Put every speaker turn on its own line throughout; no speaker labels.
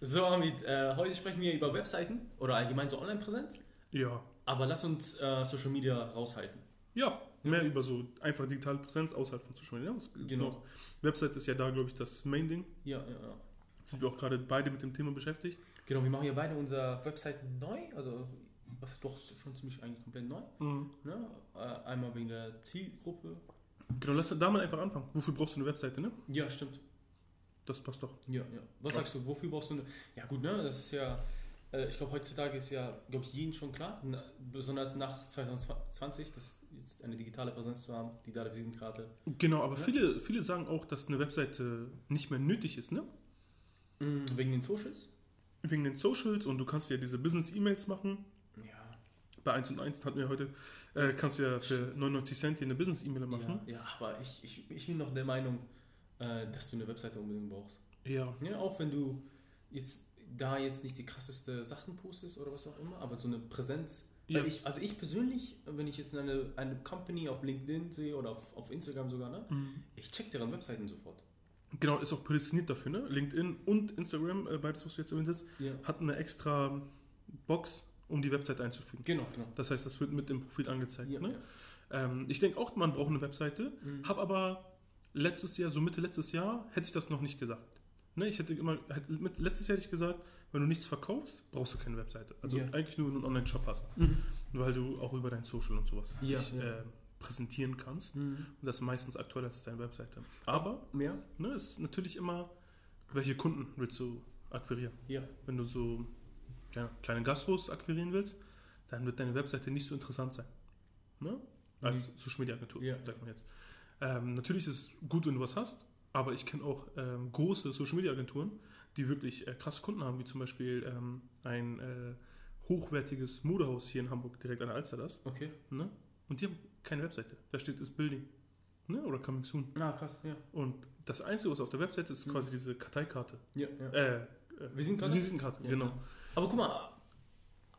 So, Amit, äh, heute sprechen wir über Webseiten oder allgemein so Online-Präsenz.
Ja.
Aber lass uns äh, Social Media raushalten.
Ja, mehr über so einfach digitale Präsenz außerhalb von Social Media. Was
Genau.
noch- Website ist ja da, glaube ich, das Main-Ding.
Ja, ja, ja.
Sind wir auch gerade beide mit dem Thema beschäftigt.
Genau, wir machen ja beide unsere Website neu. Also, was doch schon ziemlich eigentlich komplett neu.
Mhm.
Ne? Äh, einmal wegen der Zielgruppe.
Genau, lass da mal einfach anfangen. Wofür brauchst du eine Webseite, ne?
Ja, stimmt.
Das passt doch.
Ja, ja. Was sagst du, wofür brauchst du eine. Ja, gut, ne? Das ist ja. äh, Ich glaube, heutzutage ist ja, glaube ich, jeden schon klar, na- besonders nach 2020, dass jetzt eine digitale Präsenz zu haben, digitale Visitenkarte.
Genau, aber viele, viele sagen auch, dass eine Webseite nicht mehr nötig ist, ne?
Mm, Wegen den Socials?
Wegen den Socials und du kannst ja diese Business-E-Mails machen.
Ja.
Bei 1 und 1 hatten wir heute, äh, kannst du ja für 99 Cent hier eine Business-E-Mail machen.
Ja, ja aber ich, ich, ich bin noch der Meinung, äh, dass du eine Webseite unbedingt brauchst.
Ja.
Ja, auch wenn du jetzt da jetzt nicht die krasseste Sachen postest oder was auch immer, aber so eine Präsenz. Weil
Ja.
Ich, also ich persönlich, wenn ich jetzt eine, eine Company auf LinkedIn sehe oder auf, auf Instagram sogar, ne,
Mhm.
ich check deren Webseiten sofort.
Genau, ist auch prädestiniert dafür, ne? LinkedIn und Instagram, äh, beides, was du jetzt erwähnt hast,
Ja.
hat eine extra Box, um die Website einzufügen.
Genau, genau.
Das heißt, das wird mit dem Profil angezeigt.
Ja,
ne?
ja.
Ähm, ich denke auch, man braucht eine Webseite.
Mhm.
Hab aber letztes Jahr, so Mitte letztes Jahr, hätte ich das noch nicht gesagt. Ne? Ich hätte immer, hätte, mit, letztes Jahr hätte ich gesagt, wenn du nichts verkaufst, brauchst du keine Webseite. Also
Ja.
eigentlich nur, wenn du einen Online-Shop hast.
Mhm.
Weil du auch über dein Social und sowas
Ja,
dich
ja. Mhm.
Äh, präsentieren kannst. Und das ist meistens aktueller als deine Webseite. Aber
Hm. Mehr?
ne, es ist natürlich immer, welche Kunden willst du akquirieren?
Ja.
wenn du so ja, kleine Gastros akquirieren willst, dann wird deine Webseite nicht so interessant sein. Ne? Als Social Media Agentur,
Mhm. Ja.
sagt man jetzt. Ähm, natürlich ist es gut, wenn du was hast, aber ich kenne auch ähm, große Social Media Agenturen, die wirklich äh, krasse Kunden haben, wie zum Beispiel ähm, ein äh, hochwertiges Modehaus hier in Hamburg, direkt an der Alster das.
Okay.
Ne? Und die haben keine Webseite. Da steht ist Building. Ne? Oder Coming Soon.
Ah, krass, ja.
Und das Einzige, was auf der Webseite ist, ist
Mhm.
quasi diese Karteikarte.
ja, ja.
Äh, äh,
Visitenkarte?
Visitenkarte,
Ja,
genau.
ja. Aber guck mal,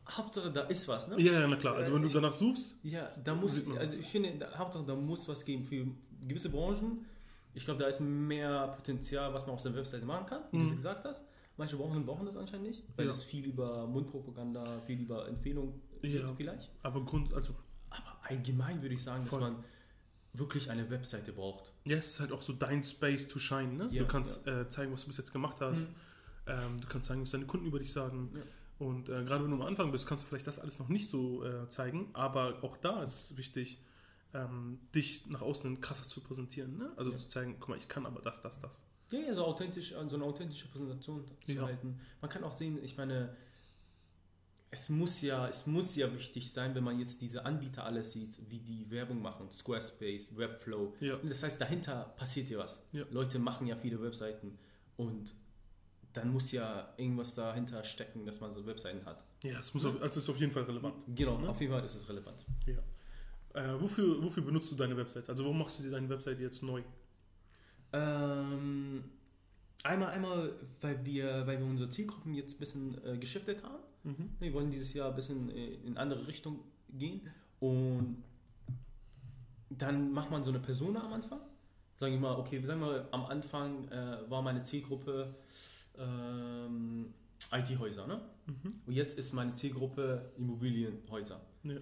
Hauptsache, da ist was, ne?
Ja, ja, na klar. Also wenn du
Äh,
danach suchst,
Ja, da muss,
Sieht man
also
was.
ich finde, da, Hauptsache, da muss was geben für gewisse Branchen. Ich glaube, da ist mehr Potenzial, was man auf der Webseite machen kann, wie du
Mhm.
es gesagt hast. Manche brauchen, brauchen das anscheinend nicht, weil
Ja.
es viel über Mundpropaganda, viel über Empfehlung
Ja.
geht vielleicht.
aber Grund, also
Aber allgemein würde ich sagen,
Voll.
dass man wirklich eine Webseite braucht.
ja, es ist halt auch so dein Space to shine, ne?
Ja,
du kannst äh, zeigen, was du bis jetzt gemacht hast.
Mhm.
Ähm, du kannst sagen, was deine Kunden über dich sagen.
Ja.
Und äh, gerade wenn du am Anfang bist, kannst du vielleicht das alles noch nicht so äh, zeigen, aber auch da ist es wichtig, ähm, dich nach außen hin krasser zu präsentieren. Ne? Also
Ja.
zu zeigen, guck mal, ich kann aber das, das, das.
Ja, ja, so authentisch, an so eine authentische Präsentation zu
Ja.
halten. Man kann auch sehen, ich meine, es muss ja, es muss ja wichtig sein, wenn man jetzt diese Anbieter alles sieht, wie die Werbung machen, Squarespace, Webflow.
Ja.
Und Das heißt, dahinter passiert ja was.
Ja.
Leute machen ja viele Webseiten und dann muss ja irgendwas dahinter stecken, dass man so Webseiten hat.
Ja, es muss auf, also es ist auf jeden Fall relevant.
Genau,
Ne?
auf jeden Fall ist es relevant.
Ja. Äh, wofür, wofür benutzt du deine Website? Also warum machst du dir deine Website jetzt neu?
Ähm, einmal, einmal, weil wir, weil wir unsere Zielgruppen jetzt ein bisschen äh, geschiftet haben. Wir wollen dieses Jahr ein bisschen äh, in andere Richtung gehen und dann macht man so eine Persona am Anfang. Sagen wir mal, okay, sagen wir mal, am Anfang äh, war meine Zielgruppe ähm, IT-Häuser, ne?
Mhm.
Und jetzt ist meine Zielgruppe Immobilienhäuser.
Ja.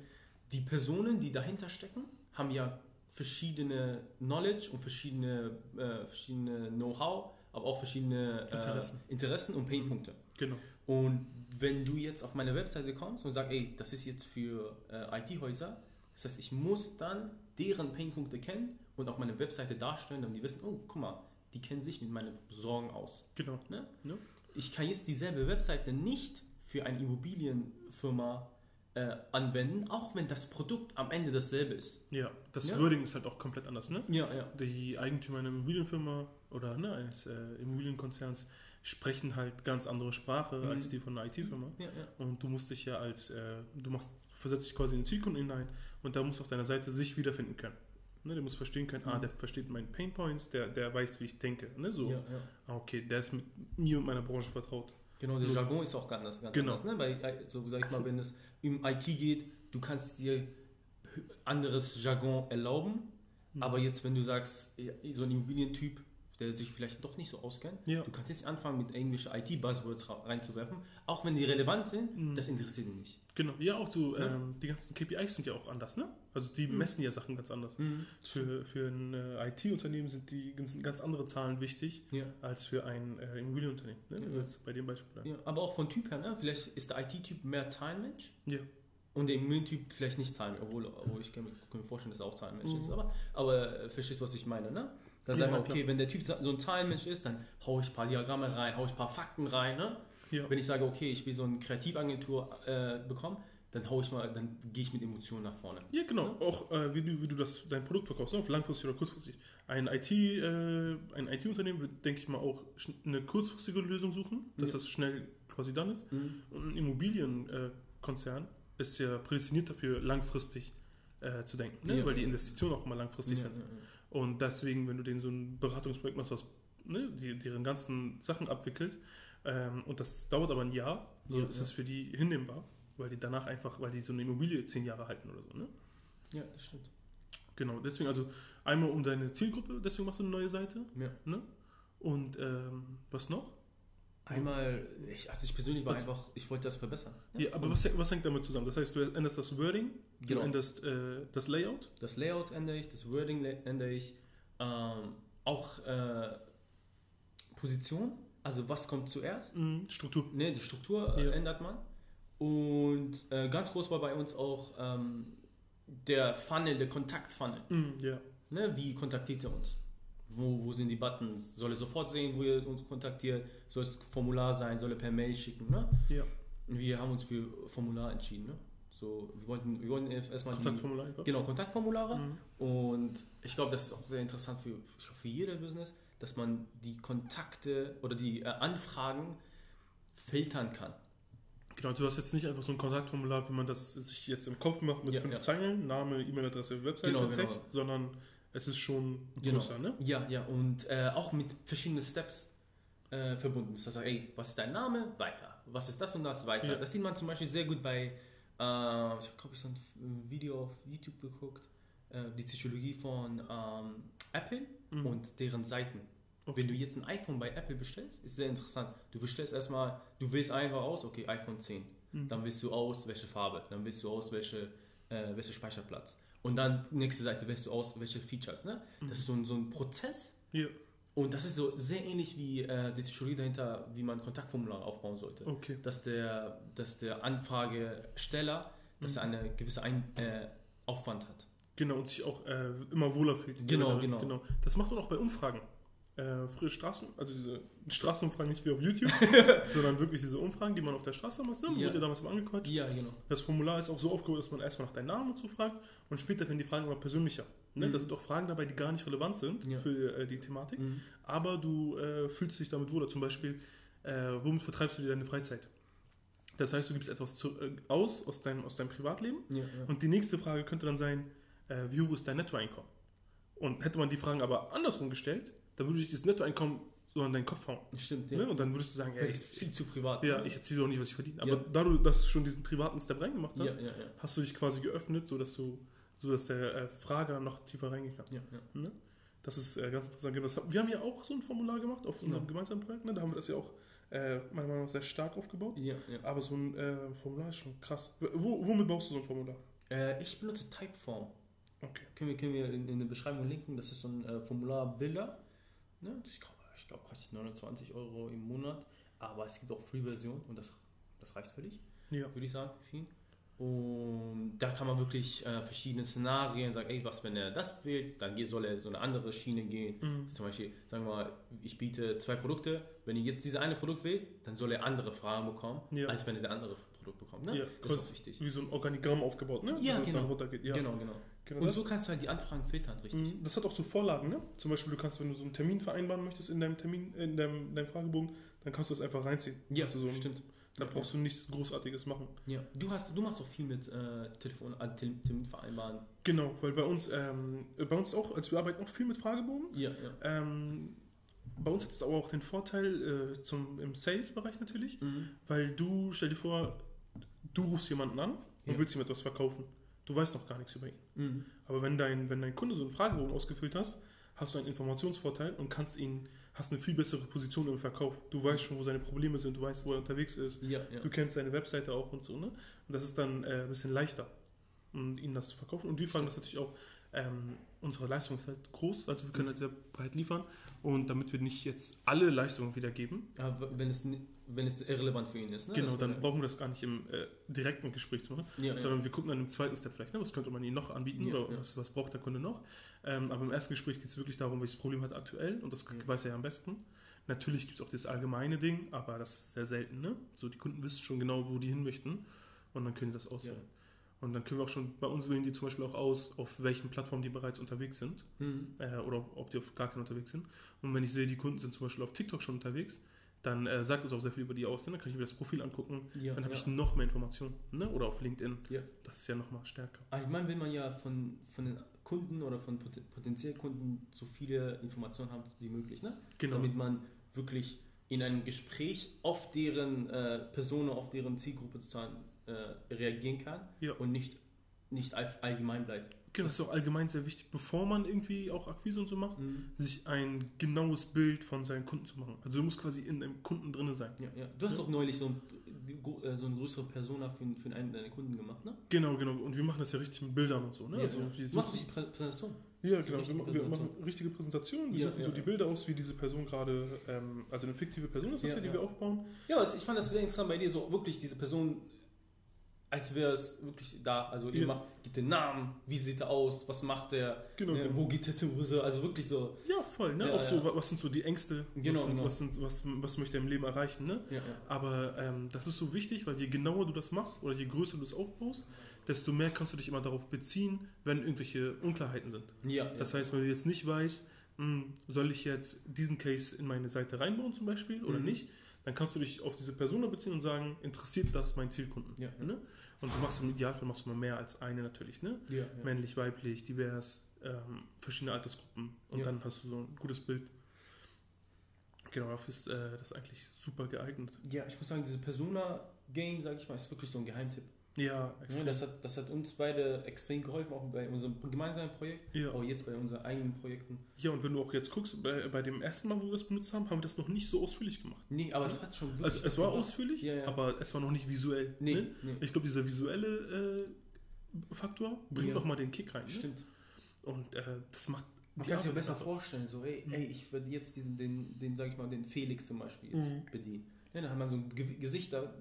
Die Personen, die dahinter stecken, haben ja verschiedene Knowledge und verschiedene, äh, verschiedene Know-how, aber auch verschiedene äh,
Interessen.
Interessen und Painpunkte.
Genau.
Und wenn du jetzt auf meine Webseite kommst und sagst, ey, das ist jetzt für äh, IT-Häuser, das heißt, ich muss dann deren Painpunkte kennen und auf meine Webseite darstellen, damit die wissen, oh, guck mal, die kennen sich mit meinen Sorgen aus.
Genau.
Ne?
Ja.
Ich kann jetzt dieselbe Webseite nicht für eine Immobilienfirma äh, anwenden, auch wenn das Produkt am Ende dasselbe ist.
Ja, das
Ja.
Wording ist halt auch komplett anders, ne?
Ja, ja.
Die Eigentümer einer Immobilienfirma oder ne, eines äh, Immobilienkonzerns sprechen halt ganz andere Sprache
Mhm.
als die von einer IT-Firma.
ja, ja.
Und du musst dich ja als, äh, du machst, du versetzt dich quasi in den Zielkunden hinein und der muss auf deiner Seite sich wiederfinden können. Ne, der muss verstehen können, ah,
Mhm.
der versteht meine Pain Points, der, der weiß, wie ich denke. Ne, so,
ja, ja.
ah, okay, der ist mit mir und meiner Branche vertraut.
Genau, der
So.
Jargon ist auch ganz anders. Ganz
Genau.
anders ne? Weil, äh, so sag ich mal, wenn es im IT geht, du kannst dir
Mhm.
anderes Jargon erlauben, aber jetzt, wenn du sagst, ja, so ein äh, Immobilientyp, der sich vielleicht doch nicht so auskennt,
Ja.
du kannst jetzt anfangen, mit irgendwelche IT-Buzzwords ra- reinzuwerfen, auch wenn die relevant sind,
Mhm.
das interessiert ihn nicht.
Genau, ja, auch so,
Ja. Mhm.
ähm, die ganzen KPIs sind ja auch anders, ne? Also die messen ja Sachen ganz anders. Für, für ein äh, IT-Unternehmen sind die ganz, ganz andere Zahlen wichtig
Ja.
als für ein äh, Immobilienunternehmen, ne?
Ja.
Jetzt bei dem Beispiel. bleiben.
Ja, aber auch von Typ her, ne? vielleicht ist der IT-Typ mehr Zahlenmensch
Ja.
und der Immuntyp vielleicht nicht Zahlenmensch, obwohl, obwohl ich kann mir, kann mir vorstellen, dass er auch Zahlenmensch
Mhm.
ist, aber, aber äh, verstehst du, was ich meine, ne? Dann
Ja,
sagen wir,
ja, klar.
okay, wenn der Typ so ein Zahlenmensch ist, dann hau ich ein paar Diagramme rein, hau ich ein paar Fakten rein, ne?
Ja.
Wenn ich sage, okay, ich will so eine Kreativagentur äh, bekommen, dann hau ich mal, dann gehe ich mit Emotionen nach vorne.
Ja, genau. Auch äh, wie du, wie du das, dein Produkt verkaufst, ne? ob langfristig oder kurzfristig. Ein IT, äh, ein IT-Unternehmen wird, denke ich mal, auch schn- eine kurzfristige Lösung suchen, dass
Ja.
das schnell quasi dann ist.
Mhm.
Und ein Immobilienkonzern äh, Konzern ist ja prädestiniert dafür, langfristig äh, zu denken, ne?
Ja.
weil die Investitionen auch immer langfristig
Ja,
sind.
ja, ja.
Und deswegen, wenn du denen so ein Beratungsprojekt machst, was ne, die, deren ganzen Sachen abwickelt, ähm, und das dauert aber ein Jahr, so
Ja,
ist
ja.
das für die hinnehmbar, weil die danach einfach, weil die so eine Immobilie zehn Jahre halten oder so. Ne?
Ja, das stimmt.
Genau, deswegen also einmal um deine Zielgruppe, deswegen machst du eine neue Seite.
Ja.
Ne? Und ähm, was noch?
Einmal, ich, also ich persönlich war
Was-
einfach, ich wollte das verbessern.
Ja, aber was, hängt- was hängt damit zusammen? Das heißt, du änderst das Wording,
Genau.
du änderst äh, das Layout.
Das Layout ändere ich, das Wording le- ändere ich, ähm, auch äh, Position, also was kommt zuerst.
Mhm, Struktur.
Ne, die Struktur äh,
Ja.
ändert man. Und äh, ganz groß war bei uns auch ähm, der Funnel, der Kontaktfunnel.
Mhm, ja.
Ne, wie kontaktiert er uns? Wo, wo sind die Buttons? Soll er sofort sehen, wo ihr uns kontaktiert? Soll es Formular sein? Soll er per Mail schicken? Ne?
ja.
Wir haben uns für Formular entschieden. Ne? So, wir wollten, wir wollten erst- erstmal die-
Kontaktformular einfach.
Genau, Kontaktformulare.
Mhm.
Und ich glaube, das ist auch sehr interessant für, ich glaub, für jeder Business, dass man die Kontakte oder die äh, Anfragen filtern kann.
Genau, du hast jetzt nicht einfach so ein Kontaktformular, wie man das sich jetzt im Kopf macht mit
Ja,
fünf
ja.
Zeilen, Name, E-Mail-Adresse, Webseite,
Genau, genau.
Text, sondern es ist schon
Genau.
größer, ne?
Ja, ja, und äh, auch mit verschiedenen Steps äh, verbunden ist. Also, ey, was ist dein Name? Weiter. Was ist das und das? Weiter.
Ja.
Das sieht man zum Beispiel sehr gut bei, äh, ich habe, glaube ich, so ein F- äh, Video auf YouTube geguckt, äh, die Psychologie von ähm, Apple
Mhm.
und deren Seiten.
Okay.
Wenn du jetzt ein iPhone bei Apple bestellst, ist sehr interessant. Du bestellst erstmal, du wählst einfach aus, okay, iPhone 10.
Mhm.
Dann wählst du aus, welche Farbe. Dann wählst du aus, welche, äh, welche Speicherplatz. Und dann nächste Seite wählst du aus, welche Features. Ne?
Mhm.
Das ist so ein, so ein Prozess.
Ja,
Und das ist so sehr ähnlich wie äh, die Theorie dahinter, wie man Kontaktformulare aufbauen sollte.
okay.
Dass, der, dass der Anfragesteller, dass
Mhm.
er eine gewisse ein, äh, Aufwand hat.
Genau, und sich auch äh, immer wohler fühlt.
Genau,
Damit-
genau.
Das macht man auch bei Umfragen. Äh, frühe Straßen, also diese Straßenumfragen nicht wie auf YouTube, sondern wirklich diese Umfragen, die man auf der Straße damals, ne?
Ja.
Wurde ja damals mal angequatscht.
Ja, genau.
Das Formular ist auch so aufgebaut, dass man erstmal nach deinem Namen und so fragt und später werden die Fragen immer persönlicher. Ne?
Mhm.
Da sind auch Fragen dabei, die gar nicht relevant sind
Ja.
für äh, die Thematik,
Mhm.
aber du äh, fühlst dich damit wohler. Zum Beispiel, äh, womit vertreibst du dir deine Freizeit? Das heißt, du gibst etwas zu, äh, aus aus deinem, aus deinem Privatleben
Ja, ja.
und die nächste Frage könnte dann sein, äh, wie hoch ist dein Nettoeinkommen? Und hätte man die Fragen aber andersrum gestellt, dann würde ich das Nettoeinkommen so an deinen Kopf hauen.
Stimmt, ja.
Ne? Und dann würdest du sagen, ja,
Vielleicht
ich,
viel zu privat.
ja,
ne?
ich erzähle doch nicht, was ich verdiene. Aber
Ja.
dadurch, dass du schon diesen privaten Step reingemacht
ja,
hast,
ja, ja.
hast du dich quasi geöffnet, sodass du, sodass der äh, Frager noch tiefer reingehen kann.
ja, ja.
Ne? Das ist äh, ganz interessant. Genau, das hab- Wir haben ja auch so ein Formular gemacht auf unserem
Genau.
gemeinsamen Projekt. Ne? Da haben wir das ja auch äh, meiner Meinung nach sehr stark aufgebaut.
Ja, ja.
Aber so ein äh, Formular ist schon krass. W- Wo, womit baust du so ein Formular?
Äh, ich benutze Typeform.
Okay.
Können wir, können wir in, in der Beschreibung linken. Das ist so ein äh, Formular Bilder. Ne? Ich glaube, ich glaub, kostet 29 Euro im Monat. Aber es gibt auch Free-Version und das, das reicht völlig,
Ja.
würde ich sagen, für vielen. Und da kann man wirklich äh, verschiedene Szenarien sagen, ey, was, wenn er das wählt, dann geht- soll er so eine andere Schiene gehen.
Mhm.
Zum Beispiel, sagen wir mal, ich biete zwei Produkte. Wenn ihr jetzt dieses eine Produkt wählt, dann soll er andere Fragen bekommen,
Ja.
als wenn er das andere Produkt bekommt. Ne?
Ja,
das ist
quasi
auch wichtig.
Wie so ein Organigramm aufgebaut, ne?
Ja,
Dass es
genau.
dann runtergeht. Ja.
Genau, genau.
Genau,
Und
das-
so kannst du halt die Anfragen filtern, richtig?
Mhm. Das hat auch so Vorlagen, ne? Zum Beispiel, du kannst, wenn du so einen Termin vereinbaren möchtest in deinem Termin, in deinem, in deinem Fragebogen, dann kannst du das einfach reinziehen.
Ja,
also so ein,
stimmt.
Da brauchst du nichts Großartiges machen.
Ja. Du, hast, du machst doch viel mit äh, Telefon, äh, Tele- Termin vereinbaren.
Genau, weil bei uns, ähm, bei uns auch, als wir arbeiten auch viel mit Fragebogen.
Ja, ja.
Ähm, bei uns hat es aber auch den Vorteil äh, zum, im Sales-Bereich natürlich,
Mhm.
weil du, stell dir vor, du rufst jemanden an und
Ja.
willst ihm
Mhm.
etwas verkaufen. Du weißt noch gar nichts über ihn. Aber wenn dein, wenn dein Kunde so einen Fragebogen ausgefüllt hast, hast du einen Informationsvorteil und kannst ihn, hast eine viel bessere Position im Verkauf. Du weißt schon, wo seine Probleme sind, du weißt, wo er unterwegs ist,
Ja, ja.
du kennst seine Webseite auch und so, ne? Und das ist dann äh, ein bisschen leichter, um ihnen das zu verkaufen. Und wir fangen das natürlich auch, ähm, unsere Leistung ist halt groß, also wir können halt sehr breit liefern. Und damit wir nicht jetzt alle Leistungen wiedergeben,
Aber wenn es, ni- wenn es irrelevant für ihn ist, ne?
Genau,
Das-
dann brauchen wir das gar nicht im äh, direkten Gespräch zu machen,
Ja, ja.
sondern wir gucken dann im zweiten Step vielleicht, ne, was könnte man ihnen noch anbieten
Ja,
oder
ja.
Was, was braucht der Kunde noch. Ähm, aber im ersten Gespräch geht es wirklich darum, welches Problem hat er aktuell und das
Mhm.
weiß er ja am besten. Natürlich gibt es auch das allgemeine Ding, aber das ist sehr selten. Ne? So, die Kunden wissen schon genau, wo die hin möchten und dann können die das auswählen. Und dann können wir auch schon, bei uns wählen die zum Beispiel auch aus, auf welchen Plattformen die bereits unterwegs sind
Mhm.
äh, oder ob die auf gar keinen unterwegs sind. Und wenn ich sehe, die Kunden sind zum Beispiel auf TikTok schon unterwegs, dann äh, sagt uns auch sehr viel über die aus, ne? dann kann ich mir das Profil angucken,
Ja,
dann habe
ja.
ich noch mehr Informationen. Ne? Oder auf LinkedIn,
Ja.
das ist ja nochmal stärker.
Aber Ah, ich meine, wenn man ja von, von den Kunden oder von pot- potenziellen Kunden so viele Informationen haben wie möglich, ne?
Genau.
Damit man wirklich in einem Gespräch auf deren äh, Person, auf deren Zielgruppe sozusagen äh, reagieren kann
Ja.
und nicht, nicht all, allgemein bleibt.
Genau, das ist auch allgemein sehr wichtig, bevor man irgendwie auch Akquise und so macht,
Mhm.
sich ein genaues Bild von seinen Kunden zu machen. Also du musst quasi in einem Kunden drin sein.
Ja, ja. Du hast
Ja.
doch neulich so ein, äh, so eine größere Persona für, für einen deiner Kunden gemacht, ne?
Genau, genau. Und wir machen das ja richtig mit Bildern und so. Ne? also, wir
Du
suchen-
machst richtig Prä- Präsentation.
Ja, genau. Wir,
Richtige
machen- wir machen
Präsentation.
richtige Präsentationen. Wir
Ja,
suchen
ja,
so die
ja.
Bilder aus, wie diese Person gerade, ähm, also eine fiktive Person ist das
Ja,
hier, die
ja.
wir aufbauen.
Ja, es- ich fand das sehr interessant bei dir, so wirklich diese Person, als wäre es wirklich da. Also ihr
Ja.
macht, gibt den Namen, wie sieht er aus, was macht er,
Genau,
ne,
genau.
wo geht er zur Rüse, also wirklich so.
Ja, voll. Ne?
Ja,
auch
ja.
so, wa- was sind so die Ängste?
Genau,
was, sind,
genau.
Was, sind, was, was möchte er im Leben erreichen? Ne?
Ja, ja.
Aber ähm, das ist so wichtig, weil je genauer du das machst oder je größer du es aufbaust, desto mehr kannst du dich immer darauf beziehen, wenn irgendwelche Unklarheiten sind.
Ja, ja.
Das heißt, wenn du jetzt nicht weißt, hm, soll ich jetzt diesen Case in meine Seite reinbauen zum Beispiel oder
Mhm.
nicht, dann kannst du dich auf diese Persona beziehen und sagen, interessiert das meinen Zielkunden?
Ja.
Ne? Und du machst im Idealfall machst du mal mehr als eine natürlich, ne?
ja, ja.
männlich, weiblich, divers, ähm, verschiedene Altersgruppen und
Ja.
dann hast du so ein gutes Bild. Genau, dafür ist äh, das eigentlich super geeignet.
ja, ich muss sagen, diese Persona-Game, sag ich mal, ist wirklich so ein Geheimtipp.
Ja,
Ja,
extrem.
das, hat, das hat uns beide extrem geholfen, auch bei unserem gemeinsamen Projekt,
Ja.
auch jetzt bei unseren eigenen Projekten.
ja, und wenn du auch jetzt guckst, bei, bei dem ersten Mal, wo wir das benutzt haben, haben wir das noch nicht so ausführlich gemacht.
Nee, aber es hat schon wirklich.
Also es
was
war
gebracht.
ausführlich,
Ja, ja.
aber es war noch nicht visuell.
Nee,
ne?
nee.
Ich glaube, dieser visuelle äh, Faktor bringt
Ja.
nochmal den Kick rein. Ne?
Stimmt.
Und äh, das macht
Man
die
kann sich ja
Arbeit
besser
einfach.
vorstellen, so, ey, ey ich würde jetzt diesen, den, den, sag ich mal, den Felix zum Beispiel jetzt
Mhm.
bedienen. Ja, dann hat man so ein Ge- Gesicht da, äh,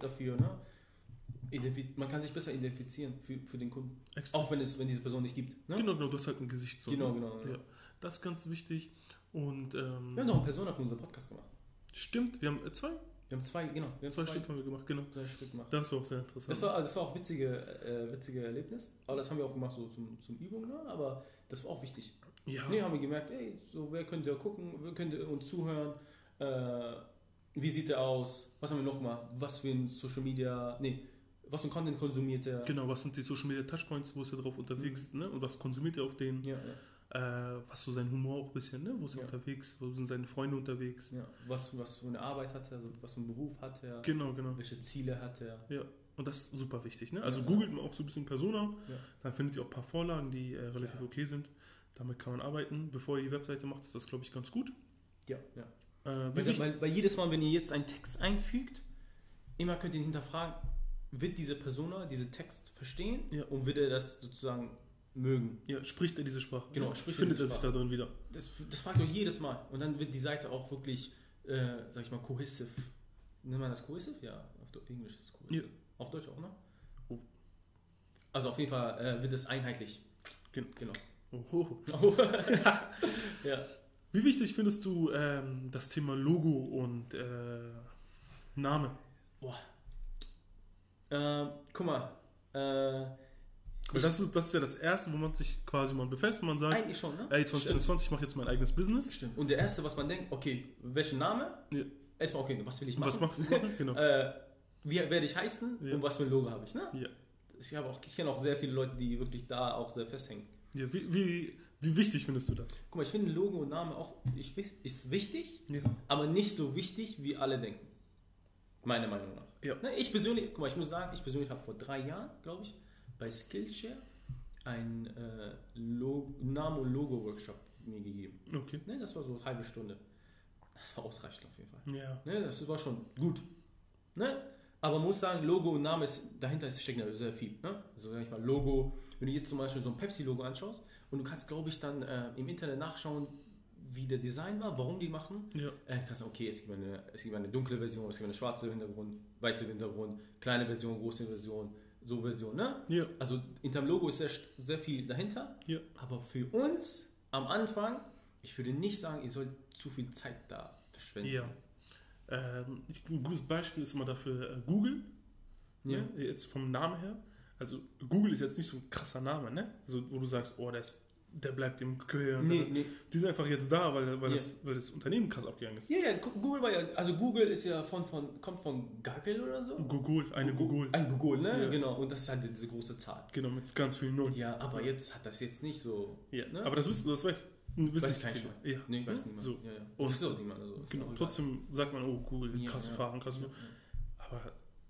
dafür, ne? Identifi man kann sich besser identifizieren für, für den Kunden.
Extrem.
Auch wenn es, wenn diese Person nicht gibt. Ne?
Genau, genau, du hast halt ein Gesicht. So,
Genau,
ne?
genau, genau.
Ja. Das ist ganz wichtig. Und ähm,
Wir haben noch eine Persona für unseren Podcast gemacht.
Stimmt, wir haben äh, zwei,
Wir haben zwei, genau, wir haben
zwei,
zwei,
Stück haben wir gemacht, genau.
zwei Stück gemacht.
Das war auch sehr interessant.
Das war, das war auch witzige, äh, witzige Erlebnis. Aber das haben wir auch gemacht so zum, zum Übung, ne? aber das war auch wichtig.
ja,
Nee, haben wir gemerkt, ey, so wer könnte gucken, wer könnte uns zuhören, äh, wie sieht er aus, was haben wir noch mal, was für ein Social Media, nee, was für ein Content konsumiert er.
genau, was sind die Social Media Touchpoints, wo ist er drauf unterwegs,
Mhm.
ne? Und was konsumiert er auf denen?
Ja, ja,
Äh, was so sein Humor auch ein bisschen, ne? Wo ist er
Ja.
unterwegs? Wo sind seine Freunde unterwegs?
ja. Was, was für eine Arbeit hat er, also was für einen Beruf hat er,
Genau, genau.
welche Ziele hat er.
Ja. Und das ist super wichtig, ne? Also
Ja.
googelt man auch so ein bisschen Persona,
Ja.
dann findet ihr auch ein paar Vorlagen, die äh, relativ okay sind. Damit kann man arbeiten. Bevor ihr die Webseite macht, ist das, glaube ich, ganz gut.
Ja, ja.
Äh, wie
Weil,
wichtig-
weil, weil jedes Mal, wenn ihr jetzt einen Text einfügt, immer könnt ihr ihn hinterfragen, wird diese Persona diesen Text verstehen
Ja.
und wird er das sozusagen mögen.
ja, spricht er diese Sprache?
Genau,
ne?
spricht er
Findet
diese
er sich da
Sprache.
drin wieder?
Das, das fragt euch jedes Mal. Und dann wird die Seite auch wirklich, äh, sag ich mal, cohesive. Nennt man das cohesive? Ja, auf Deu- Englisch ist es cohesive. Auf Deutsch auch, ne?
Oh.
Also auf jeden Fall äh, wird es einheitlich.
Gen- genau.
Genau.
Oho.
ja.
Wie wichtig findest du ähm, das Thema Logo und äh, Name?
Ähm, guck mal. Äh,
Weil das ist, das ist ja das Erste, wo man sich quasi mal befasst, wo man sagt,
eigentlich schon, ne?
ey,
Stimmt.
2021, ich mache jetzt mein eigenes Business.
Stimmt. Und der erste, was man denkt, okay, welchen Name?
Ja.
Erstmal, okay, was will ich
Und
machen?
was macht man? Genau.
äh, wie werde ich heißen
Ja.
und was für ein Logo habe ich, ne?
Ja.
Ich, habe auch- ich kenne auch sehr viele Leute, die wirklich da auch sehr festhängen.
Ja, wie, wie, wie wichtig findest du das?
Guck mal, ich finde Logo und Name auch ich, wis- ist wichtig,
Ja.
aber nicht so wichtig, wie alle denken. Meiner Meinung nach.
Ja.
Ne, Ich persönlich, guck mal, ich muss sagen, ich persönlich habe vor drei Jahren, glaube ich, bei Skillshare einen äh, Lo- Name- und Logo-Workshop mir gegeben.
Okay.
Ne, das war so eine halbe Stunde. Das war ausreichend auf jeden Fall.
Ja.
Ne, das war schon gut. Ne? Aber man muss sagen, Logo und Name ist, dahinter ist steckt ja sehr viel. Ne? Also sag ich mal, Logo, wenn du jetzt zum Beispiel so ein Pepsi-Logo anschaust und du kannst, glaube ich, dann äh, im Internet nachschauen, wie der Design war, warum die machen,
Ja.
äh, kannst du, okay, es gibt, eine, es gibt eine dunkle Version, es gibt eine schwarze Hintergrund, weiße Hintergrund, kleine Version, große Version, so Version, ne?
Ja.
Also hinterm Logo ist sehr, sehr viel dahinter.
Ja.
Aber für uns am Anfang, ich würde nicht sagen, ihr sollt zu viel Zeit da verschwenden.
Ja. Ähm, ich, ein gutes Beispiel ist immer dafür äh, Google.
Ja.
Ne? Jetzt vom Namen her. Also Google ist jetzt nicht so ein krasser Name, ne? Also, wo du sagst, oh, der, ist, der bleibt im Gehirn. Also,
Nee, Also, nee.
Die sind einfach jetzt da, weil, weil,
Ja.
das, weil das Unternehmen krass abgegangen ist.
Ja, ja, Gu- Google war ja, also Google ist ja von, von kommt von Gaggle oder so.
Google, eine Google.
Ein Google, ne?
Ja.
Genau, und das ist halt diese große Zahl.
Genau, mit ganz vielen Nullen.
Ja, aber jetzt hat das jetzt nicht so.
Ja,
ne?
aber das wissen, das weiß, wissen
weiß
nicht
kein
viele.
Schwein.
Ja.
Nee, weiß niemand.
So.
Ja, ja.
Und-
Wieso niemand? Also, ist
Genau.
auch egal.
Trotzdem sagt man, oh, Google,
Ja,
krasse
ja.
Fahrer, krasse.
Ja,
Aber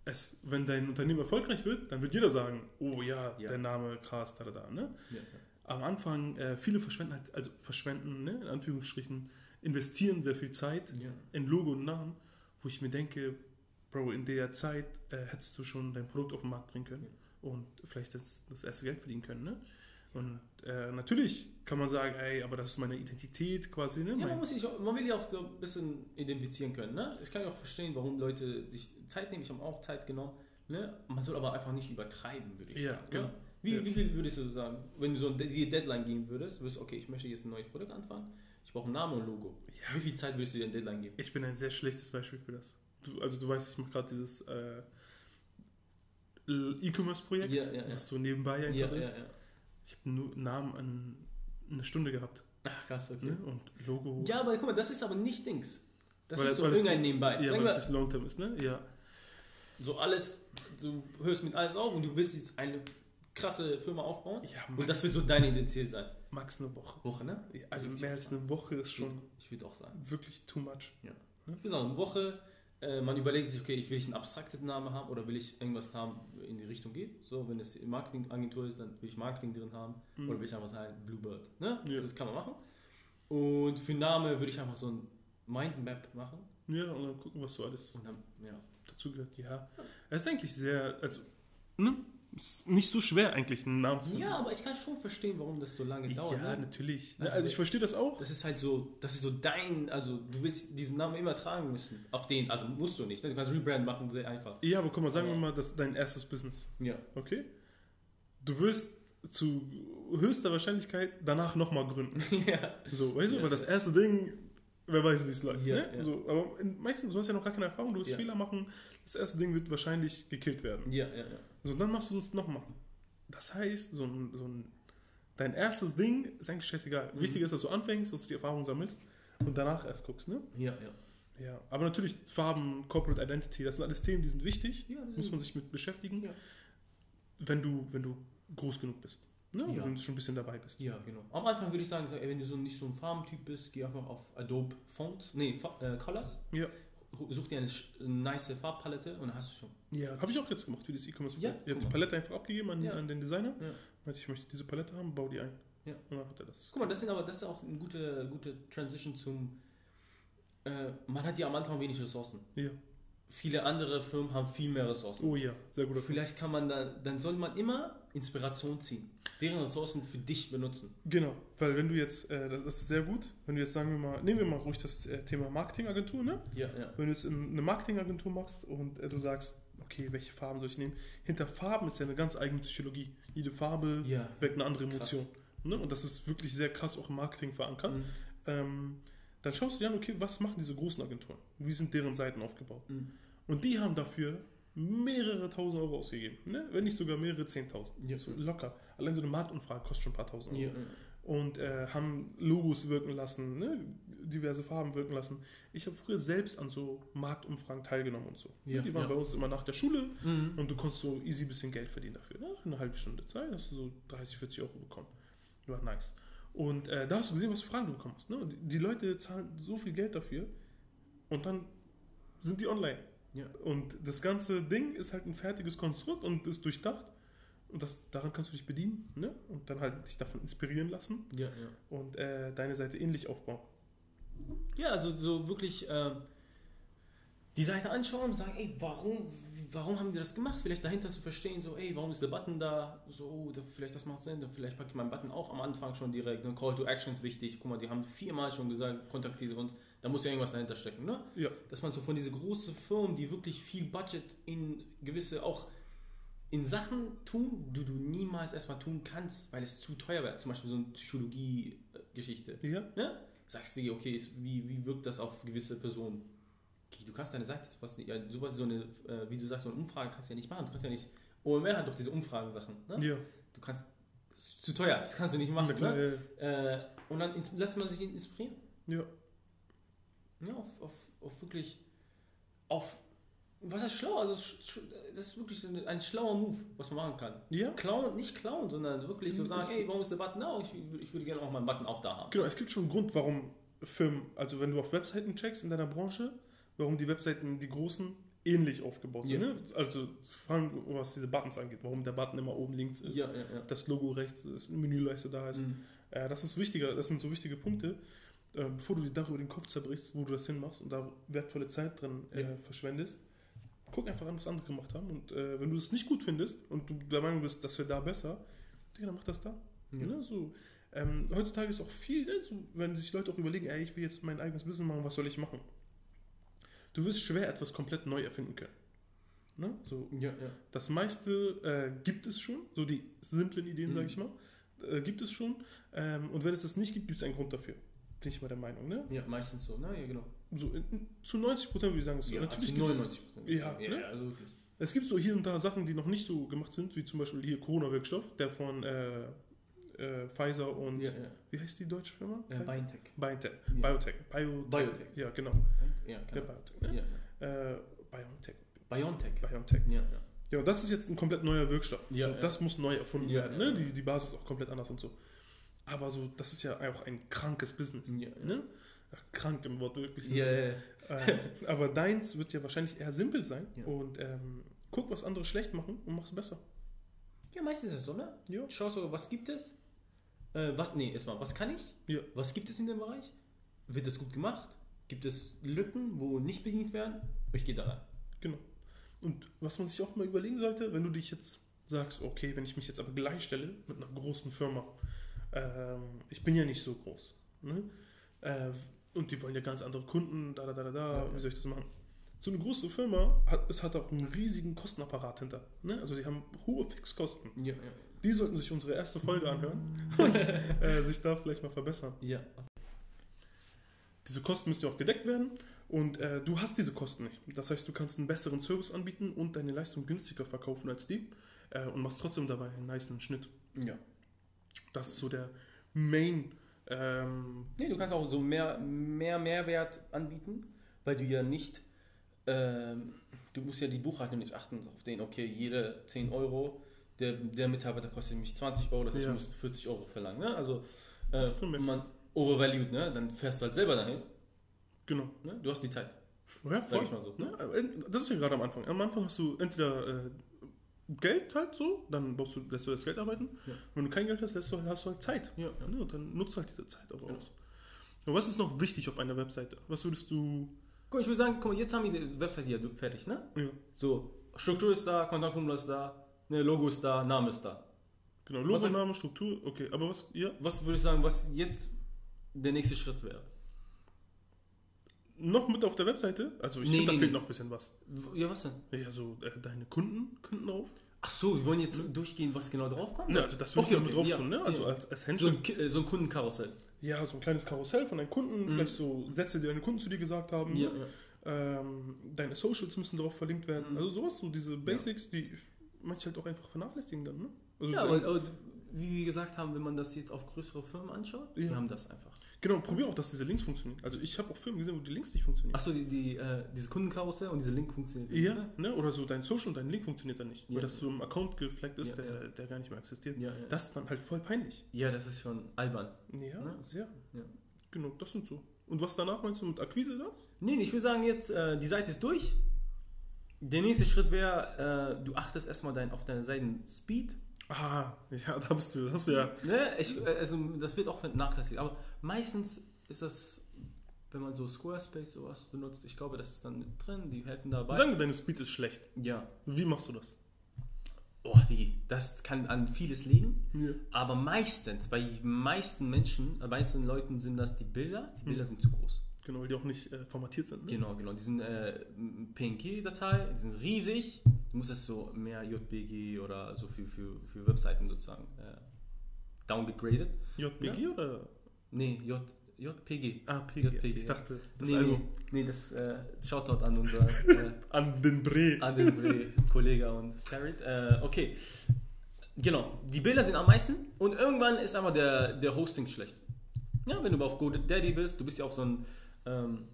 es, wenn dein Unternehmen erfolgreich wird, dann wird jeder sagen, oh ja,
Ja.
der Name krass, da, da, da. Ne?
ja, ja.
Am Anfang, äh, viele verschwenden halt, also verschwenden, ne, in Anführungsstrichen, investieren sehr viel Zeit
Ja.
in Logo und Namen, wo ich mir denke, Bro, in der Zeit äh, hättest du schon dein Produkt auf den Markt bringen können und vielleicht das, das erste Geld verdienen können. Ne? Und äh, natürlich kann man sagen, ey, aber das ist meine Identität quasi. Ne?
Ja, man,
mein,
muss sich, auch- man will ja auch so ein bisschen identifizieren können. Ne? Ich kann ja auch verstehen, warum Leute sich Zeit nehmen. Ich habe auch Zeit genommen. Ne? Man soll aber einfach nicht übertreiben, würde ich
Ja,
sagen.
genau.
Ne? Wie,
Ja.
wie viel würdest du sagen, wenn du so eine die Deadline geben würdest, würdest du, okay, ich möchte jetzt ein neues Produkt anfangen, ich brauche einen Namen und ein Logo.
Ja.
Wie viel Zeit würdest du dir eine Deadline geben?
ich bin ein sehr schlechtes Beispiel für das. Du, also du weißt, ich mache gerade dieses äh, E-Commerce-Projekt,
Ja, ja, ja.
was so nebenbei einfach
Ja, ja,
ist.
ja.
Ich habe nur Namen an eine Stunde gehabt
Ach krass, okay.
ne? und Logo.
Ja, aber guck mal, das ist aber nicht Dings. Das
Weil
ist
das-
so
weil das-
irgendein Nebenbei. Sagen
ja weil es
wir,
nicht Long-Term ist, ne? Ja.
so alles, du hörst mit alles auf und du willst jetzt eine krasse Firma aufbauen.
Ja,
und das
Max,
wird so deine Identität sein.
Max eine Woche.
Woche, ne?
Ja, Also mehr als eine Woche ist schon
Ich würde auch sagen.
wirklich too much.
Ich würde sagen, eine Woche. äh, Man überlegt sich, okay, ich will ich einen abstrakten Namen haben oder will ich irgendwas haben, in die Richtung geht. So, wenn es Marketingagentur ist, dann will ich Marketing drin haben
Mhm.
oder will ich einfach sagen Bluebird. Ne?
Ja.
Das kann man machen. Und für Name würde ich einfach so ein Mindmap machen
Ja, und dann gucken, was so alles
und dann, ja.
dazu gehört. Ja. Es ist eigentlich sehr, also, ne? Ist nicht so schwer eigentlich einen Namen zu finden.
Ja, aber ich kann schon verstehen, warum das so lange dauert.
ja,
ne?
natürlich.
Also-
Also, ich verstehe das auch.
Das ist halt so, das ist so dein, also du willst diesen Namen immer tragen müssen. Auf den, also musst du nicht. Ne? Du kannst Rebrand machen, sehr einfach.
Ja, aber guck mal, sagen
Aber-
wir mal, das ist dein erstes Business,
Ja.
okay? Du wirst zu höchster Wahrscheinlichkeit danach nochmal gründen.
ja.
So, weißt du,
Ja.
weil das erste Ding, wer weiß, wie es läuft.
Ja,
ne?
ja.
So, aber in, meistens, du hast ja noch gar keine Erfahrung, du wirst
Ja.
Fehler machen. Das erste Ding wird wahrscheinlich gekillt werden.
Ja, ja, ja.
So, dann machst du es nochmal. Das heißt, so ein, so ein, dein erstes Ding ist eigentlich scheißegal.
Mhm.
Wichtig ist, dass du anfängst, dass du die Erfahrung sammelst und danach erst guckst, ne?
Ja, ja.
Ja, aber natürlich Farben, Corporate Identity, das sind alles Themen, die sind wichtig,
Ja, das
muss
ist-
man sich mit beschäftigen,
Ja.
wenn, du, wenn du groß genug bist. Ne?
Ja.
Wenn du schon ein bisschen dabei bist.
Ja, genau. Am Anfang würde ich sagen, so, ey, wenn du so nicht so ein Farbentyp bist, geh einfach auf Adobe Fonts, nee, Fa- äh, Colors.
Ja.
Such dir eine sch- nice Farbpalette und dann hast du schon.
Ja, habe ich auch jetzt gemacht für dieses E-Commerce.
Ja,
Ja, ich habe
guck
die
mal.
Palette einfach abgegeben an,
Ja.
an den Designer.
Ja.
Meinte, ich möchte diese Palette haben, bau die ein.
Ja.
Und dann hat er das.
Guck mal, das sind aber das ist auch eine gute, gute Transition zum. Äh, man hat ja am Anfang wenig Ressourcen.
Ja.
Viele andere Firmen haben viel mehr Ressourcen.
Oh ja, sehr guter Punkt.
Vielleicht kann man dann, dann soll man immer Inspiration ziehen. Deren Ressourcen für dich benutzen.
Genau, weil wenn du jetzt, äh, das das ist sehr gut, wenn du jetzt sagen wir mal, nehmen wir mal ruhig das äh, Thema Marketingagentur, ne?
Ja, ja.
Wenn du jetzt in- eine Marketingagentur machst und äh, du sagst, okay, welche Farben soll ich nehmen? Hinter Farben ist ja eine ganz eigene Psychologie. Jede Farbe
Ja.
weckt eine andere
Das ist krass.
Emotion. Ne? Und das ist wirklich sehr krass auch im Marketing verankert.
Mhm.
Ähm, dann schaust du dir an, okay, was machen diese großen Agenturen? Wie sind deren Seiten aufgebaut?
Mhm.
Und die haben dafür mehrere tausend Euro ausgegeben. Ne? Wenn nicht sogar mehrere zehntausend.
Ja.
So locker. Allein so eine Marktumfrage kostet schon ein paar tausend Euro
Ja, ja.
und äh, haben Logos wirken lassen, ne? diverse Farben wirken lassen. Ich habe früher selbst an so Marktumfragen teilgenommen und so.
Ja,
Die waren
ja.
bei uns immer nach der Schule
Mhm.
und du konntest so easy ein bisschen Geld verdienen dafür. Ne? Eine halbe Stunde Zeit hast du so 30, 40 Euro bekommen. War nice. Und äh, da hast du gesehen, was für Fragen du bekommst. Ne? Und Die, die Leute zahlen so viel Geld dafür und dann sind die online.
Ja.
Und das ganze Ding ist halt ein fertiges Konstrukt und ist durchdacht. Und das, daran kannst du dich bedienen ne? und dann halt dich davon inspirieren lassen
Ja, ja.
und äh, deine Seite ähnlich aufbauen.
Ja, also so wirklich ähm, die Seite anschauen und sagen, ey, warum, warum haben die das gemacht? Vielleicht dahinter zu verstehen, so, ey, warum ist der Button da? So, oh, da, vielleicht das macht Sinn, dann vielleicht packe ich meinen Button auch am Anfang schon direkt. Dann Call to Action ist wichtig. Guck mal, die haben viermal schon gesagt, kontaktiert uns. Da muss ja irgendwas dahinter stecken, ne?
Ja.
Dass man so von diesen großen Firmen, die wirklich viel Budget in gewisse auch in Sachen tun, die du niemals erstmal tun kannst, weil es zu teuer wäre. Zum Beispiel so eine Psychologie-Geschichte
Ja.
ne? Sagst dir, okay, ist, wie, wie wirkt das auf gewisse Personen? Okay, du kannst deine Seite, sowas, ja, sowas so eine, äh, wie du sagst, so eine Umfrage kannst du ja nicht machen. Du kannst ja nicht, OMR hat doch diese Umfragen-Sachen. Ne?
Ja.
Du kannst, das ist zu teuer, das kannst du nicht machen.
Na klar,
Ne?
ja.
Äh, und dann ins, lässt man sich inspirieren.
ja.
Ja, auf, auf, auf wirklich, auf, was heißt schlau? Also, sch- sch- das ist wirklich so eine, ein schlauer Move, was man machen kann.
Ja.
Klauen, nicht klauen, sondern wirklich so
Mhm,
sagen,
ist-
hey, warum ist der Button da? Ich, wür- ich würde gerne auch meinen Button auch da haben.
Genau, es gibt schon einen Grund, warum Firmen, also wenn du auf Webseiten checkst in deiner Branche, warum die Webseiten, die großen, ähnlich aufgebaut sind.
Ja.
Ne? Also vor allem, was diese Buttons angeht, warum der Button immer oben links ist,
Ja, ja, ja.
das Logo rechts ist, eine Menüleiste da ist.
Mhm.
Äh, das ist wichtiger, das sind so wichtige Punkte, äh, bevor du dir darüber den Kopf zerbrichst, wo du das hinmachst und da wertvolle Zeit drin äh,
Ja.
verschwendest. Guck einfach an, was andere gemacht haben. Und äh, wenn du es nicht gut findest und du der Meinung bist, das wäre da besser, Digga, dann mach das da.
Ja.
Ne? So, ähm, heutzutage ist auch viel, ne? so, wenn sich Leute auch überlegen, ey, ich will jetzt mein eigenes Wissen machen, was soll ich machen? Du wirst schwer etwas komplett neu erfinden können. Ne? So,
Ja, ja.
das meiste äh, gibt es schon, so die simplen Ideen,
Mhm.
sage ich mal, äh, gibt es schon. Ähm, und wenn es das nicht gibt, gibt es einen Grund dafür. Bin ich mal der Meinung, ne?
Ja, meistens so, ne? Ja, genau.
So, in- in, zu 90 Prozent würde ich sagen, es ist so.
ja,
Natürlich
also
gibt's-
99 Prozent.
Ja,
ja,
ne?
ja, also wirklich.
Es gibt so hier und da Sachen, die noch nicht so gemacht sind, wie zum Beispiel hier Corona-Wirkstoff, der von äh, äh, Pfizer und,
Ja, ja.
wie heißt die deutsche Firma?
ja BioNTech.
BioNTech.
Ja.
Biotech. Biotech.
Biotech.
Ja, genau.
Ja,
Der
genau.
Biotech.
Ja,
Ne?
ja.
Äh, BioNTech.
BioNTech.
BioNTech.
Ja, ja.
Ja, und das ist jetzt ein komplett neuer Wirkstoff.
Ja,
so,
ja.
Das muss neu erfunden
Ja,
werden.
ja,
Ne?
ja.
Die, die Basis ist auch komplett anders und so. Aber so, das ist ja auch ein krankes Business.
Ja, ja.
Ne? Ja, krank im Wort wirklich.
Ja, ja, ja.
Äh, aber deins wird ja wahrscheinlich eher simpel sein.
Ja.
Und ähm, guck, was andere schlecht machen und mach's besser.
ja, meistens ist es so, ne?
Ja.
Schau so, was gibt es? Äh, was, nee, erstmal, was kann ich?
Ja.
Was gibt es in dem Bereich? Wird das gut gemacht? Gibt es Lücken, wo nicht bedient werden? Ich gehe da rein.
Genau. Und was man sich auch mal überlegen sollte, wenn du dich jetzt sagst, okay, wenn ich mich jetzt aber gleichstelle mit einer großen Firma, ähm, ich bin ja nicht so groß. Ne? Äh, und die wollen ja ganz andere Kunden, da, da, da, da, da,
Ja, ja.
wie soll ich das machen? So eine große Firma, hat, es hat auch einen riesigen Kostenapparat hinter. Ne? Also die haben hohe Fixkosten.
Ja, ja.
Die sollten sich unsere erste Folge anhören und äh, sich da vielleicht mal verbessern.
Ja,
Diese Kosten müssen ja auch gedeckt werden und äh, du hast diese Kosten nicht. Das heißt, du kannst einen besseren Service anbieten und deine Leistung günstiger verkaufen als die äh, und machst trotzdem dabei einen niceen Schnitt.
ja.
Das ist so der Main. Ähm,
Nee, du kannst auch so mehr, mehr Mehrwert anbieten, weil du ja nicht, ähm, du musst ja die Buchhaltung nicht achten auf den, okay, jede 10 Euro, der, der Mitarbeiter kostet mich 20 Euro, das heißt,
Ja.
ich muss 40 Euro verlangen. Ne? Also, äh,
ist drin, Max.
man overvalued, ne? dann fährst du halt selber dahin.
genau.
Ne? Du hast die Zeit.
Ja,
Sag ich mal so.
Ne? Aber in- Das ist ja gerade am Anfang. Am Anfang hast du entweder äh, Geld halt so, dann baust du, lässt du das Geld arbeiten.
Ja.
Wenn du kein Geld hast, lässt du, hast du halt Zeit.
Ja, ja. Genau.
Ne? Und dann nutzt halt diese Zeit auch
Ja.
aus. Und was ist noch wichtig auf einer Webseite? Was würdest du.
Guck, ich würde sagen, guck mal, jetzt haben wir die Website hier fertig. Ne?
Ja,
So, Struktur ist da, Kontaktformular ist da, ne, Logo ist da, Name ist da.
genau.
Was
Logo,
sagst-
Name, Struktur. Okay, aber was. Ja,
Was würde ich sagen, was jetzt der nächste Schritt wäre?
noch mit auf der Webseite? Also ich
Nee,
finde, da
nee,
fehlt
nee.
noch ein bisschen was.
Ja, was denn?
Ja, so äh, deine Kunden könnten drauf.
Ach so, wir wollen jetzt durchgehen, was genau draufkommt?
Ne, also das würde ich noch
Okay,
mit drauf
okay,
tun,
ja,
ne? Also
ja.
als
So
Essential.
ein, Ki- äh, so ein Kundenkarussell.
ja, so ein kleines Karussell von deinen Kunden, vielleicht so Sätze, die deine Kunden zu dir gesagt haben.
Mhm. Ja, ja.
Ähm, deine Socials müssen drauf verlinkt werden.
Mhm.
Also sowas, so diese Basics, die manche halt auch einfach vernachlässigen dann, ne? Also
ja
dann-
aber, aber wie wir gesagt haben, wenn man das jetzt auf größere Firmen anschaut, die
Ja.
haben das einfach.
genau, probier auch, dass diese Links funktionieren. Also ich habe auch Filme gesehen, wo die Links nicht funktionieren.
Achso, die, die, äh, diese Kundenkarussell und diese Link funktioniert nicht,
Ja,
ne?
ne? Oder so dein Social und dein Link funktioniert dann nicht.
Ja.
Weil das so im Account gefleckt ist,
Ja,
der,
ja.
der gar nicht mehr existiert.
Ja, ja.
Das ist dann halt voll peinlich.
ja, das ist schon albern.
Ja,
Ne?
sehr.
Ja.
Genau, das sind so. Und was danach meinst du mit Akquise da?
Nee, nee, ich würde sagen jetzt, äh, die Seite ist durch. Der nächste Schritt wäre, äh, du achtest erstmal dein, auf deine Seiten Speed
Ah, ja, da bist du, hast du ja.
Ne? Ich, also das wird auch vernachlässigt. Aber meistens ist das, wenn man so Squarespace sowas benutzt, ich glaube, das ist dann mit drin, die helfen dabei.
Sagen wir, deine Speed ist schlecht.
ja.
Wie machst du das?
Oh, die, das kann an vieles liegen.
Ja.
Aber meistens, bei meisten Menschen, bei meisten Leuten sind das die Bilder. Die Bilder sind zu groß.
Genau, weil die auch nicht äh, formatiert sind. Ne?
Genau, genau. Die sind äh, PNG-Datei, die sind riesig. Du musst das so mehr JPG oder so für, für, für Webseiten sozusagen äh, downgegradet.
JPG oder
Nee, J, JPG.
APG?
JPG,
ich
ja.
dachte, das
nee,
Album.
Nee, nee das äh, Shoutout an unser äh,
An den Bre.
an den Bre- Kollege und Farid. Äh, okay. Genau, die Bilder sind am meisten und irgendwann ist aber der, der Hosting schlecht. Ja, wenn du auf GoDaddy bist, du bist ja auf so einem ähm,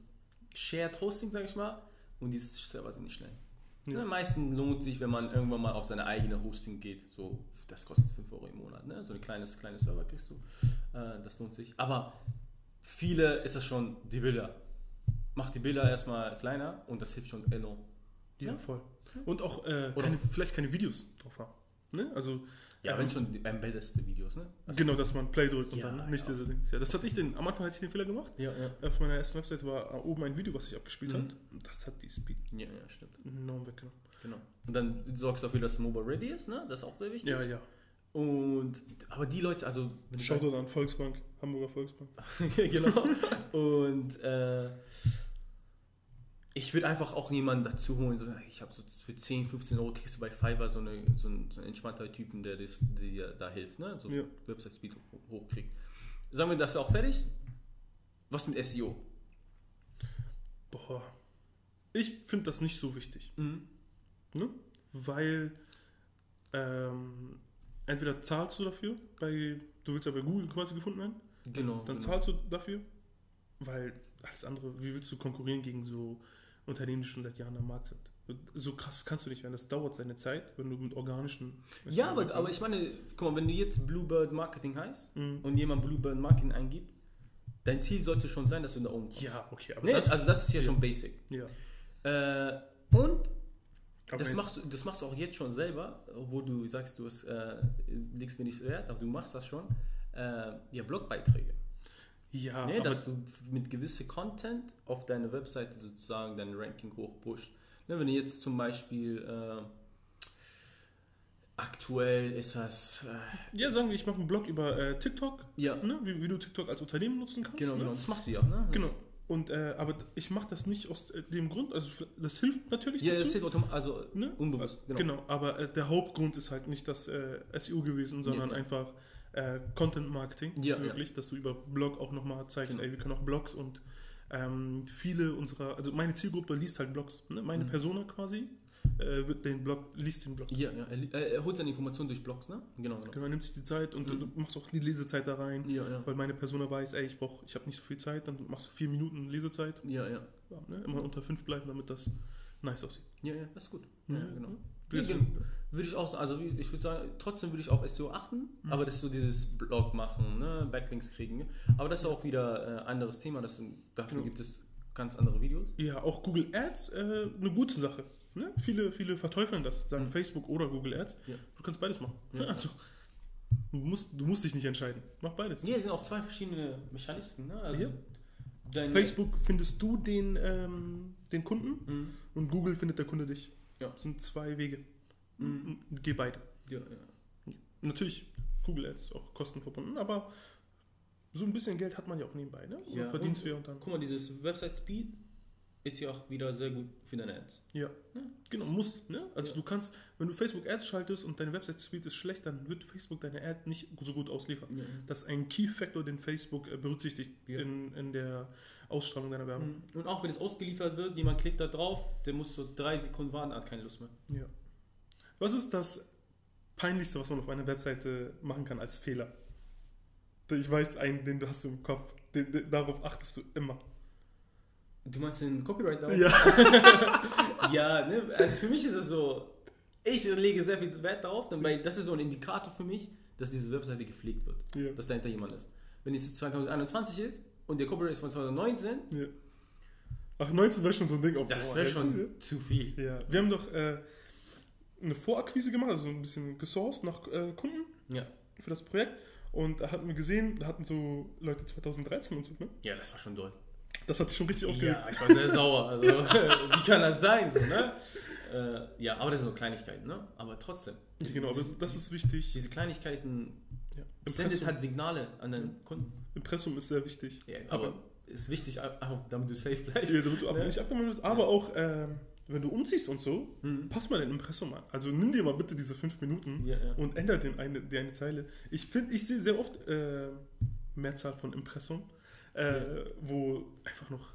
Shared Hosting, sag ich mal, und die Server sind nicht schnell.
Ja.
Ne, am meisten lohnt sich, wenn man irgendwann mal auf seine eigene Hosting geht. So, das kostet 5 Euro im Monat. Ne? So ein kleines, kleines Server kriegst du. Äh, das lohnt sich. Aber viele ist das schon die Bilder. Mach die Bilder erstmal kleiner und das hilft schon enorm.
Ja,
Ja.
voll. Und auch äh,
Oder-
keine, vielleicht keine Videos drauf haben. Ne? Also,
Ja,
ähm,
wenn schon die embeddeste Videos, ne?
genau, dass man Play drückt und
Ja,
dann nicht
ja.
diese Dings. Ja, das hatte ich den, am Anfang hatte ich den Fehler gemacht.
Ja, ja.
Auf meiner ersten Website war äh, oben ein Video, was ich abgespielt
Mhm.
hat. Und Das hat die Speed
Ja, ja, stimmt.
enorm weggenommen.
Genau. Und dann sorgst du dafür, dass Mobile Ready ist, ne? Das ist auch sehr wichtig.
Ja, ja.
Und aber die Leute, also wenn du
Shoutout an Volksbank, Hamburger Volksbank.
genau. Und äh, ich würde einfach auch jemanden dazu holen, so, ich habe so für 10, 15 Euro kriegst du bei Fiverr so, eine, so, ein, so einen entspannter Typen, der, das, der dir da hilft, ne? So
Ja.
Website Speed hoch- hochkriegt. Sagen wir, das ist auch fertig. Was mit E SEO?
Boah. Ich finde das nicht so wichtig. Ne? Weil ähm, entweder zahlst du dafür, bei, du willst ja bei Google quasi gefunden werden,
Genau.
dann
genau.
zahlst du dafür, weil alles andere, wie willst du konkurrieren gegen so Unternehmen, die schon seit Jahren am Markt sind? So krass kannst du nicht werden. Das dauert seine Zeit, wenn du mit organischen.
Ja, aber, aber ich meine, guck mal, wenn du jetzt Bluebird Marketing heißt
Mhm.
und jemand Bluebird Marketing eingibt, dein Ziel sollte schon sein, dass du da oben kommst.
Ja, okay, aber
Nee,
das.
also das ist ja, schon basic.
ja.
Äh, und
Aber
das
jetzt-
machst, du, das machst du auch jetzt schon selber, obwohl du sagst, du hast, äh, legst mir nichts wert, aber du machst das schon. Äh, ja, Blogbeiträge.
Ja,
ne,
aber
dass du mit gewisse Content auf deine Webseite sozusagen dein Ranking hochpusht. Ne, wenn du jetzt zum Beispiel äh, aktuell ist das äh,
ja, sagen wir, ich mache einen Blog über äh, TikTok,
ja
ne? wie, wie du TikTok als Unternehmen nutzen kannst.
genau
ne?
genau das machst du ja auch ne
Genau. Und, äh, aber ich mache das nicht aus äh, dem Grund, also das hilft natürlich
ja
dazu.
das hilft automatisch also
Ne?
unbewusst
Genau. aber äh, der Hauptgrund ist halt nicht das äh, SEO gewesen, sondern
ja.
einfach äh, Content Marketing.
Ja,
wirklich, dass du über Blog auch nochmal zeigst,
Genau.
ey, wir können auch Blogs und ähm, viele unserer, also meine Zielgruppe liest halt Blogs. Ne? Meine Persona quasi äh, wird den Blog, liest den Blog.
Mhm. ja ja er, li- äh, er holt seine Informationen durch Blogs ne genau genau
Genau, nimmt sich die Zeit und
Mhm.
du machst auch die Lesezeit da rein.
ja ja
Weil meine Persona weiß, ey, ich brauche, ich habe nicht so viel Zeit, dann machst du vier Minuten Lesezeit.
ja ja
Ja, ne? Immer unter fünf bleiben, damit das nice aussieht.
ja ja das ist gut ja,
Ne?
genau
Deswegen-
Würde ich auch sagen, also wie- ich würde sagen, trotzdem würde ich auf SEO achten, aber das ist so dieses Blog machen, ne? Backlinks kriegen. Aber das ist auch wieder ein äh, anderes Thema, das, dafür
Genau.
gibt es ganz andere Videos.
Ja, auch Google Ads, äh, eine gute Sache. Ne? Viele, viele verteufeln das, sagen Facebook oder Google Ads.
Mhm. Ja.
Du kannst beides machen.
Ja.
Also, du, musst, du musst dich nicht entscheiden. Mach beides.
Ja, es sind auch zwei verschiedene Mechanismen. Ne? Also
Ja.
dein-
Facebook findest du den, ähm, den Kunden
Mhm.
und Google findet der Kunde dich.
Ja.
Das sind zwei Wege.
Mhm.
Geh beide.
Ja, ja.
Natürlich, Google Ads auch kostenverbunden, aber so ein bisschen Geld hat man ja auch nebenbei. Ne?
Ja,
Verdienst
und-
du ja und dann.
Guck mal, dieses Website Speed ist ja auch wieder sehr gut für deine Ads.
Ja.
Ne?
Genau, muss. Ne? Also
Ja.
du kannst, wenn du Facebook Ads schaltest und deine Website-Speed ist schlecht, dann wird Facebook deine Ad nicht so gut ausliefern.
Ja.
Das ist ein Key-Factor, den Facebook äh, berücksichtigt
Ja.
in, in der Ausstrahlung deiner Werbung.
Und auch wenn es ausgeliefert wird, jemand klickt da drauf, der muss so drei Sekunden warten, hat keine Lust mehr.
Ja. Was ist das Peinlichste, was man auf einer Webseite machen kann als Fehler? Ich weiß einen, den du hast du im Kopf. Den, den, darauf achtest du immer.
Du meinst den Copyright da?
Ja.
Ja, ne? also für mich ist es so, ich lege sehr viel Wert darauf, denn weil das ist so ein Indikator für mich, dass diese Webseite gepflegt wird,
Ja.
dass dahinter jemand ist. Wenn es jetzt 2021 ist und der Copyright ist von 2019,
ja. Ach, 19 wäre schon so ein Ding auf.
das
Boah,
wäre
ey.
schon zu viel.
Ja, wir haben doch, äh, eine Vorakquise gemacht, also so ein bisschen gesourced nach äh, Kunden
Ja.
für das Projekt. Und da hatten wir gesehen, da hatten so Leute 2013 und so, ne?
ja, das war schon doll.
Das hat sich schon richtig aufgeregt.
Ja, ich war sehr sauer. Also, wie kann das sein? So, ne? äh, ja, aber das sind so Kleinigkeiten, ne? Aber trotzdem,
Genau, aber das ist wichtig.
diese Kleinigkeiten
Ja.
sendet
Impressum,
halt Signale an den Kunden.
Impressum ist sehr wichtig.
Ja, aber, ist wichtig, aber damit du safe bleibst.
Ja, damit du ab,
ne?
nicht abgemeldet wirst, aber auch, ähm, wenn du umziehst und so,
Mhm.
pass mal dein Impressum an. Also nimm dir mal bitte diese fünf Minuten
Ja, ja.
und ändere den eine, die eine Zeile. Ich finde, ich sehe sehr oft äh, Mehrzahl von Impressum, äh, wo einfach noch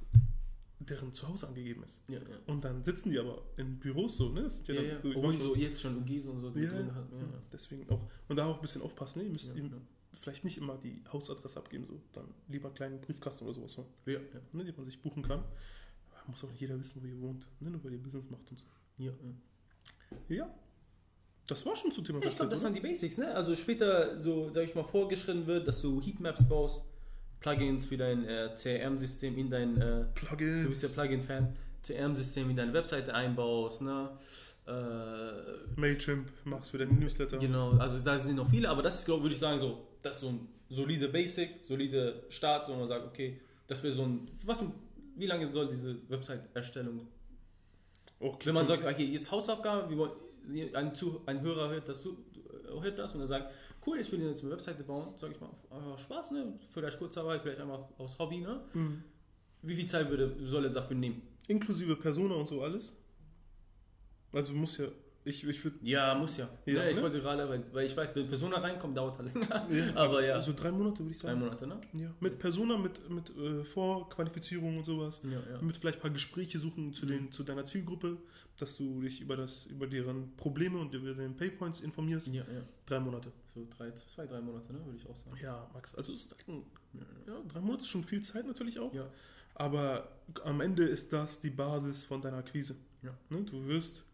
deren Zuhause angegeben ist.
ja, ja.
Und dann sitzen die aber in Büros so, ne? Das sind ja,
Ja,
dann,
ja.
ich
Obwohl
weiß
so jetzt schon UGs und so die
Ja,
drin
ja.
hatten, ja,
Deswegen auch. Und da auch ein bisschen aufpassen, ne? Ihr müsst
Ja,
eben
ja.
vielleicht nicht immer die Hausadresse abgeben, so. Dann lieber einen kleinen Briefkasten oder sowas holen,
ja. Ja,
ne? den man sich buchen kann. Aber Muss auch nicht jeder wissen, wo ihr wohnt, ne? Nur weil ihr Business macht und so.
ja, ja.
Ja. Das war schon zum Thema
Ja, ich glaube,
Website,
das
oder?
waren die Basics, ne? Also später, so, sag ich mal, vorgeschritten wird, dass du Heatmaps baust, Plugins für dein äh, CRM-System in dein, äh,
Plugins.
du bist ja Plugin-Fan, CRM-System in deine Webseite einbaust, ne? Äh,
Mailchimp machst für deine Newsletter.
genau, also da sind noch viele, aber das ist, glaube würde ich sagen, so, das ist so ein solide Basic, solide Start, wo man sagt, okay, das wäre so ein, was, wie lange soll diese Website-Erstellung
Okay,
Wenn man
cool.
sagt, okay, jetzt Hausaufgaben, wir wollen, ein, Zu, ein Hörer hört das, zu- hört das und er sagt, cool, ich will jetzt eine Webseite bauen, sage ich mal, einfach aus Spaß, ne? vielleicht Kurzarbeit, vielleicht einfach aus- aus Hobby, ne?
Mhm.
Wie viel Zeit würde, soll er dafür nehmen?
Inklusive Persona und so alles. Also muss ja. Ich, ich würde.
Ja, muss ja.
Ja,
ne? Ich
ne?
wollte gerade, weil, weil ich weiß, wenn Persona reinkommt, dauert er länger.
Ja,
Aber ja,
Also drei Monate würde ich
zwei
sagen.
Monate, ne?
Ja. Mit Persona, mit, mit äh, Vorqualifizierung und sowas.
Ja, ja.
Mit vielleicht ein paar Gespräche suchen zu, den, zu deiner Zielgruppe, dass du dich über das, über deren Probleme und über deren Paypoints informierst.
Ja, ja.
Drei Monate.
So drei, zwei, drei Monate, ne? Würde ich auch sagen.
Ja, Max. Also ist halt ein,
Ja,
ja, drei Monate ist schon viel Zeit natürlich auch.
Ja.
Aber am Ende ist das die Basis von deiner Akquise.
Ja.
Ne? Du wirst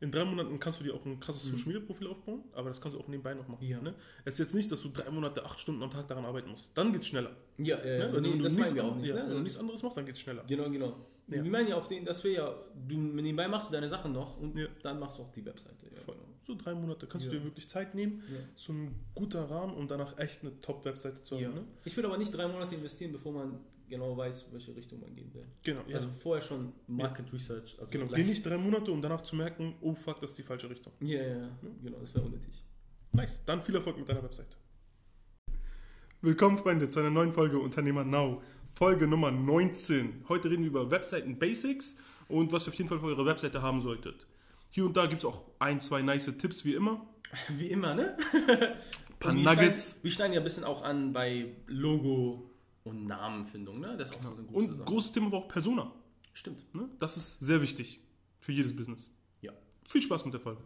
in drei Monaten kannst du dir auch ein krasses
Mhm.
Social Media Profil aufbauen, aber das kannst du auch nebenbei noch machen.
Ja.
Ne? Es ist jetzt nicht, dass du drei Monate, acht Stunden am Tag daran arbeiten musst. Dann geht's schneller.
Ja, ja, ja.
ne? Also
nee, das meinen
nichts
wir auch
an-
nicht,
ja,
ne?
wenn du
Also-
nichts anderes machst, dann geht's schneller.
Genau, genau.
Ja.
Wir meinen ja auf den, dass wir ja, du nebenbei machst du deine Sachen noch und
Ja.
dann machst du auch die Webseite. Ja,
Voll.
genau.
So drei Monate kannst
Ja.
du dir wirklich Zeit nehmen,
ja.
so ein guter Rahmen, um danach echt eine Top-Webseite zu haben.
ja.
Ne?
Ich würde aber nicht drei Monate investieren, bevor man genau weiß, welche Richtung man gehen will.
Genau. Ja.
Also vorher schon Market Research. Also
genau. Geh
leicht-
nicht drei Monate, um danach zu merken, oh fuck, das ist die falsche Richtung.
Ja, ja, ja. genau, das wäre unnötig.
Nice. Dann viel Erfolg mit deiner Website. Willkommen, Freunde, zu einer neuen Folge Unternehmer Now. Folge Nummer 19. Heute reden wir über Webseiten Basics und was ihr auf jeden Fall für eure Webseite haben solltet. Hier und da gibt es auch ein, zwei nice Tipps, wie immer.
Wie immer, ne?
Ein paar
Und wir
Nuggets.
Schneiden, wir schneiden ja ein bisschen auch an bei Logo und Namenfindung, ne? Das ist auch so eine große
Und
Sache.
großes Thema war auch Persona.
Stimmt.
Ne? Das ist sehr wichtig für jedes Business.
Ja.
Viel Spaß mit der Folge.